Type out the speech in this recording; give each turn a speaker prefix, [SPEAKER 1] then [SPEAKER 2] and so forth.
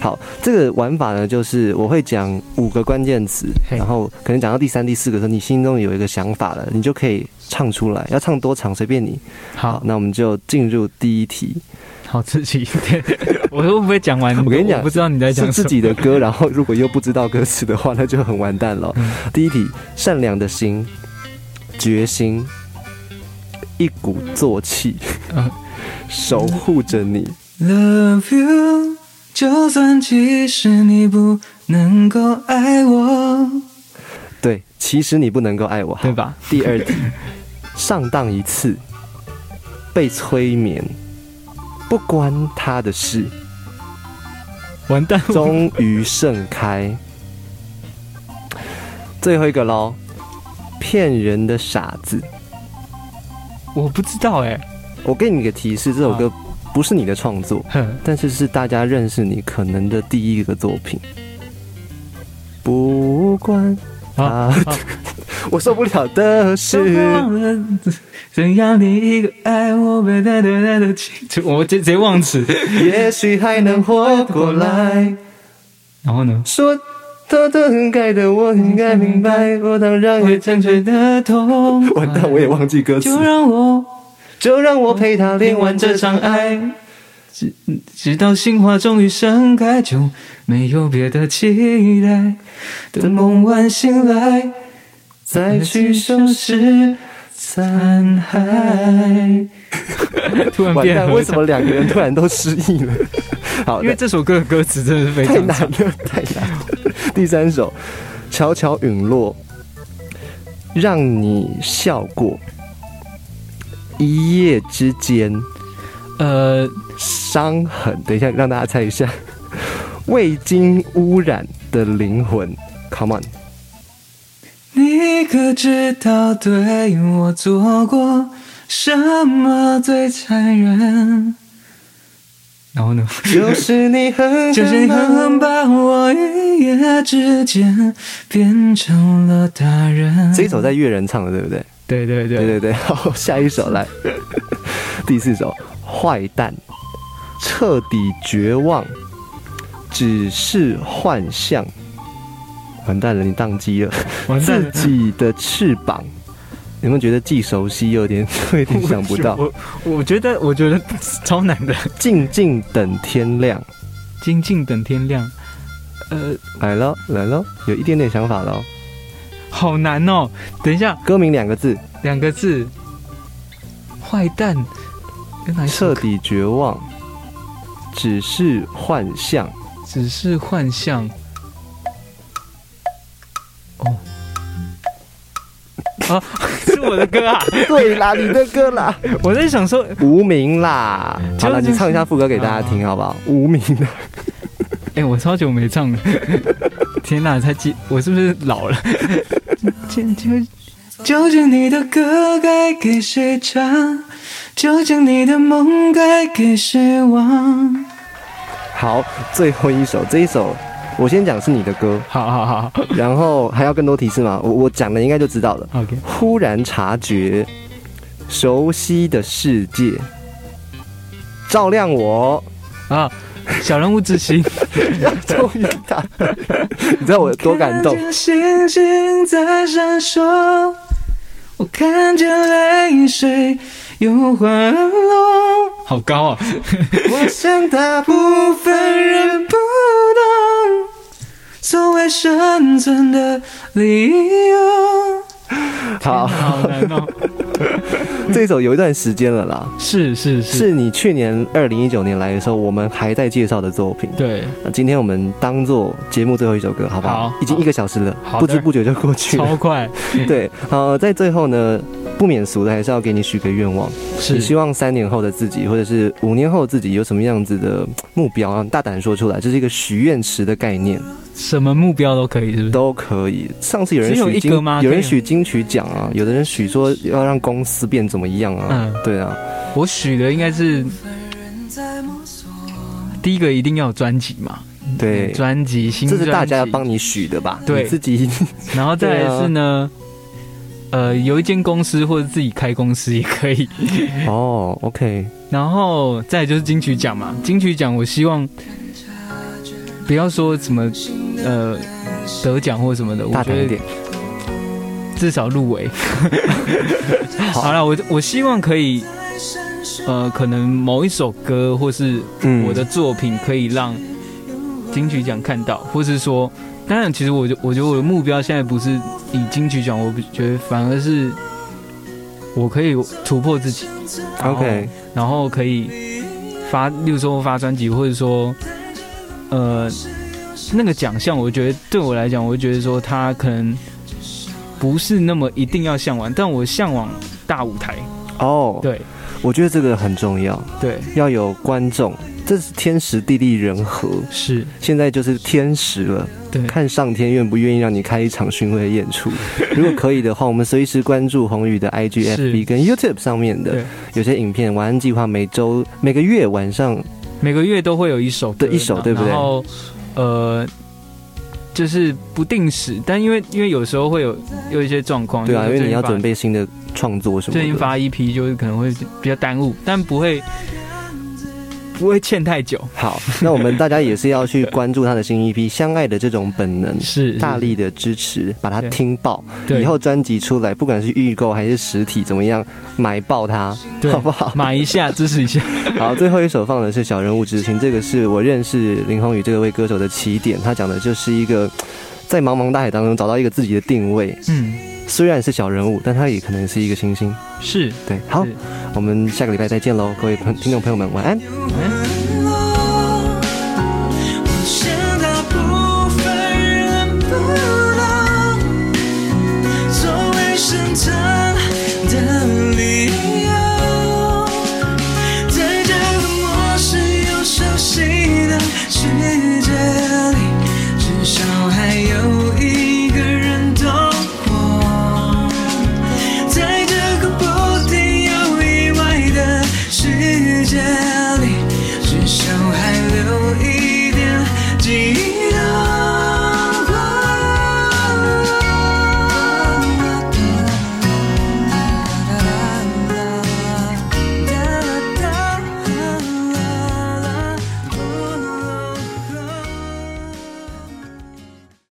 [SPEAKER 1] 好，这个玩法呢，就是我会讲五个关键词，
[SPEAKER 2] 嘿
[SPEAKER 1] 然后可能讲到第三、第四个的时候，你心中有一个想法了，你就可以唱出来，要唱多长随便你。
[SPEAKER 2] 好
[SPEAKER 1] 那我们就进入第一题，
[SPEAKER 2] 好刺激。对我会不会讲完？
[SPEAKER 1] 我跟你讲
[SPEAKER 2] 不知道你在讲
[SPEAKER 1] 是
[SPEAKER 2] 什
[SPEAKER 1] 自
[SPEAKER 2] 么。
[SPEAKER 1] 己的歌，然后 如果又不知道歌词的话，那就很完蛋了。
[SPEAKER 2] 嗯
[SPEAKER 1] 第一题，善良的心，决心，一鼓作气
[SPEAKER 2] 嗯，
[SPEAKER 1] 守护着你。
[SPEAKER 3] Love you，就算即使你不能够爱我。
[SPEAKER 1] 对，其实你不能够爱我，
[SPEAKER 2] 对？吧？
[SPEAKER 1] 第二 题，上当一次，被催眠，不关他的事，
[SPEAKER 2] 完蛋，
[SPEAKER 1] 终于盛开。最后一个喽，骗人的傻子。
[SPEAKER 2] 我不知道哎、
[SPEAKER 1] 我给你一个提示，这首歌不是你的创作，
[SPEAKER 2] 哼，
[SPEAKER 1] 但是是大家认识你可能的第一个作品。不关
[SPEAKER 2] 啊
[SPEAKER 1] 啊， 我受不了的是。
[SPEAKER 3] 忘了怎样你一个爱我，被带的带的情。
[SPEAKER 2] 这我直接忘词。
[SPEAKER 1] 也许还能活过来。
[SPEAKER 2] 然后呢？
[SPEAKER 1] 说他的很该的，我应该明白，我当然
[SPEAKER 3] 会
[SPEAKER 1] 也
[SPEAKER 3] 沉醉的痛，
[SPEAKER 1] 完蛋，我也忘记歌
[SPEAKER 3] 就让我
[SPEAKER 1] 就让我陪他
[SPEAKER 3] 练完这场爱，直直到心花终于盛开，就没有别的期待。等梦晚醒来，
[SPEAKER 1] 再
[SPEAKER 3] 再去收拾残骸。
[SPEAKER 2] 突然
[SPEAKER 1] 完
[SPEAKER 2] 变
[SPEAKER 1] 蛋，
[SPEAKER 2] 合
[SPEAKER 1] 为什
[SPEAKER 2] 唱，
[SPEAKER 1] 么两个人突然都失忆 了？好，
[SPEAKER 2] 因为这首歌的歌词真的是非
[SPEAKER 1] 太
[SPEAKER 2] 常
[SPEAKER 1] 难了，太难了。第三首，悄悄陨落，让你笑过，一夜之间。
[SPEAKER 2] 呃，
[SPEAKER 1] 伤痕。等一下，让大家猜一下，未经污染的灵魂。Come on，
[SPEAKER 3] 你可知道对我做过什么最残忍？
[SPEAKER 2] 然后呢？
[SPEAKER 1] 就是你狠，
[SPEAKER 3] 就是你狠狠。把我一夜之间变成了大人。
[SPEAKER 1] 这一首在乐人唱的，对不对？
[SPEAKER 2] 对对对
[SPEAKER 1] 对对对。 好，下一首来， 第四首，坏蛋，彻底绝望，只是幻象。完蛋了，你宕机了。
[SPEAKER 2] 完蛋
[SPEAKER 1] 自
[SPEAKER 2] 了。
[SPEAKER 1] 己的翅膀，有没有觉得既熟悉又有点 又有点想不到？
[SPEAKER 2] 我我觉得我觉得超难的。
[SPEAKER 1] 静静等天亮。
[SPEAKER 2] 静静等天亮，呃，
[SPEAKER 1] 来了来了，有一点点想法了哦。
[SPEAKER 2] 好难哦。等一下，
[SPEAKER 1] 歌名两个字，
[SPEAKER 2] 两个字，坏蛋，原来
[SPEAKER 1] 彻底绝望，只是幻象。
[SPEAKER 2] 只是幻象。哦，啊， 是我的歌啊！
[SPEAKER 1] 对啦，你的歌啦，嗯
[SPEAKER 2] 我在想说，
[SPEAKER 1] 无名啦。好了，
[SPEAKER 2] 就是
[SPEAKER 1] 你唱一下副歌给大家听好不好？无名啦，
[SPEAKER 2] 哎、我超久没唱了， 天哪，才几，我是不是老了？
[SPEAKER 3] 究竟究竟你的歌该给谁唱？究竟你的梦该给谁忘？
[SPEAKER 1] 好，最后一首，这一首我先讲是你的歌，
[SPEAKER 2] 好好好
[SPEAKER 1] 然后还要更多提示吗？我我讲了应该就知道了。
[SPEAKER 2] 好，OK，
[SPEAKER 1] 忽然察觉，熟悉的世界照亮我。
[SPEAKER 2] 啊，小人物之心，
[SPEAKER 1] 终于打， 你知道我有多感动
[SPEAKER 3] 看？见星星在闪烁，我看见泪水又滑落。
[SPEAKER 2] 好高 啊！
[SPEAKER 1] 我想大部
[SPEAKER 3] 部分人不懂所谓生存的理由。
[SPEAKER 1] 好，
[SPEAKER 2] 好难哦，
[SPEAKER 1] 这首有一段时间了啦，
[SPEAKER 2] 是是是，
[SPEAKER 1] 是你去年二零一九年来的时候，我们还在介绍的作品。
[SPEAKER 2] 对，
[SPEAKER 1] 那今天我们当做节目最后一首歌，好不好？
[SPEAKER 2] 好
[SPEAKER 1] 已经一个小时了，
[SPEAKER 2] 好的
[SPEAKER 1] 不知不觉就过去
[SPEAKER 2] 超
[SPEAKER 1] 了。
[SPEAKER 2] 快，
[SPEAKER 1] 对，好，在最后呢，不免俗的还是要给你许个愿望，你希
[SPEAKER 2] 是
[SPEAKER 1] 望三年后的自己，或者是五年后的自己，有什么样子的嗯目标啊？大胆说出来，这是一个许愿池的概念，
[SPEAKER 2] 什么目标都可以，是不是？
[SPEAKER 1] 都可以。上次有人
[SPEAKER 2] 只有
[SPEAKER 1] 许
[SPEAKER 2] 一
[SPEAKER 1] 金
[SPEAKER 2] 个吗，
[SPEAKER 1] 有
[SPEAKER 2] 可以
[SPEAKER 1] 人
[SPEAKER 2] 吗
[SPEAKER 1] 许金曲奖啊，有的人许说要让公司变怎么样啊？
[SPEAKER 2] 嗯
[SPEAKER 1] 对啊，
[SPEAKER 2] 我许的应该是第一个一定要有专辑嘛，
[SPEAKER 1] 对。
[SPEAKER 2] 专辑新
[SPEAKER 1] 这
[SPEAKER 2] 专辑，
[SPEAKER 1] 是大家帮你许的吧？
[SPEAKER 2] 对
[SPEAKER 1] 你自 己
[SPEAKER 2] 然后再来是呢，呃，有一间公司或者自己开公司也可以。
[SPEAKER 1] 哦，OK，
[SPEAKER 2] 然后再来就是金曲奖嘛，金曲奖我希望不要说什么呃得奖或什么的，我
[SPEAKER 1] 大
[SPEAKER 2] 觉
[SPEAKER 1] 胆一
[SPEAKER 2] 得
[SPEAKER 1] 点。
[SPEAKER 2] 至少入围。 好了，我我希望可以，呃，可能某一首歌或是
[SPEAKER 1] 嗯
[SPEAKER 2] 我的作品可以让金曲奖看到，或是说，当然，其实我就我觉得我的目标现在不是以金曲奖，我不觉得反而是我可以突破自己，
[SPEAKER 1] OK，
[SPEAKER 2] 然后可以发，例如说发专辑，或者说，呃，那个奖项，我觉得对我来讲，我觉得说它可能不是那么一定要向往，但我向往大舞台，
[SPEAKER 1] 哦，
[SPEAKER 2] 对
[SPEAKER 1] 我觉得这个很重要，
[SPEAKER 2] 对
[SPEAKER 1] 要有观众，这是天时地利人和。
[SPEAKER 2] 是，
[SPEAKER 1] 现在就是天时了，
[SPEAKER 2] 对
[SPEAKER 1] 看上天愿不愿意让你开一场巡回演出。如果可以的话，我们随时关注宏宇的 IG、
[SPEAKER 2] 是
[SPEAKER 1] FB 跟 YouTube 上面的
[SPEAKER 2] 对
[SPEAKER 1] 有些影片。晚安计划每周每个月晚上
[SPEAKER 2] 每个月都会有一首歌，
[SPEAKER 1] 对一首对不对
[SPEAKER 2] 然后呃，就是不定时，但因为因为有时候会有有一些状况，
[SPEAKER 1] 对啊，因为你要
[SPEAKER 2] 备。
[SPEAKER 1] 准备新的创作什么
[SPEAKER 2] 最近
[SPEAKER 1] 的。
[SPEAKER 2] 发一批，就是可能会比较耽误，但不会不会欠太久。
[SPEAKER 1] 好，那我们大家也是要去关注他的新 EP《相 爱的这种本能》，
[SPEAKER 2] 是
[SPEAKER 1] 大力的支持，把它
[SPEAKER 2] 对
[SPEAKER 1] 听爆。
[SPEAKER 2] 对
[SPEAKER 1] 以后专辑出来，不管是预购还是实体，怎么样买爆它，
[SPEAKER 2] 对
[SPEAKER 1] 好不好？
[SPEAKER 2] 买一下支持一下。
[SPEAKER 1] 好，最后一首放的是《小人物之心》，这个是我认识林宏宇这位歌手的起点。他讲的就是一个在茫茫大海当中找到一个自己的定位，
[SPEAKER 2] 嗯，
[SPEAKER 1] 虽然是小人物，但他也可能是一个星星。
[SPEAKER 2] 是。
[SPEAKER 1] 对，好
[SPEAKER 2] 是，
[SPEAKER 1] 我们下个礼拜再见喽，各位朋听众朋友们，晚安。
[SPEAKER 2] 嗯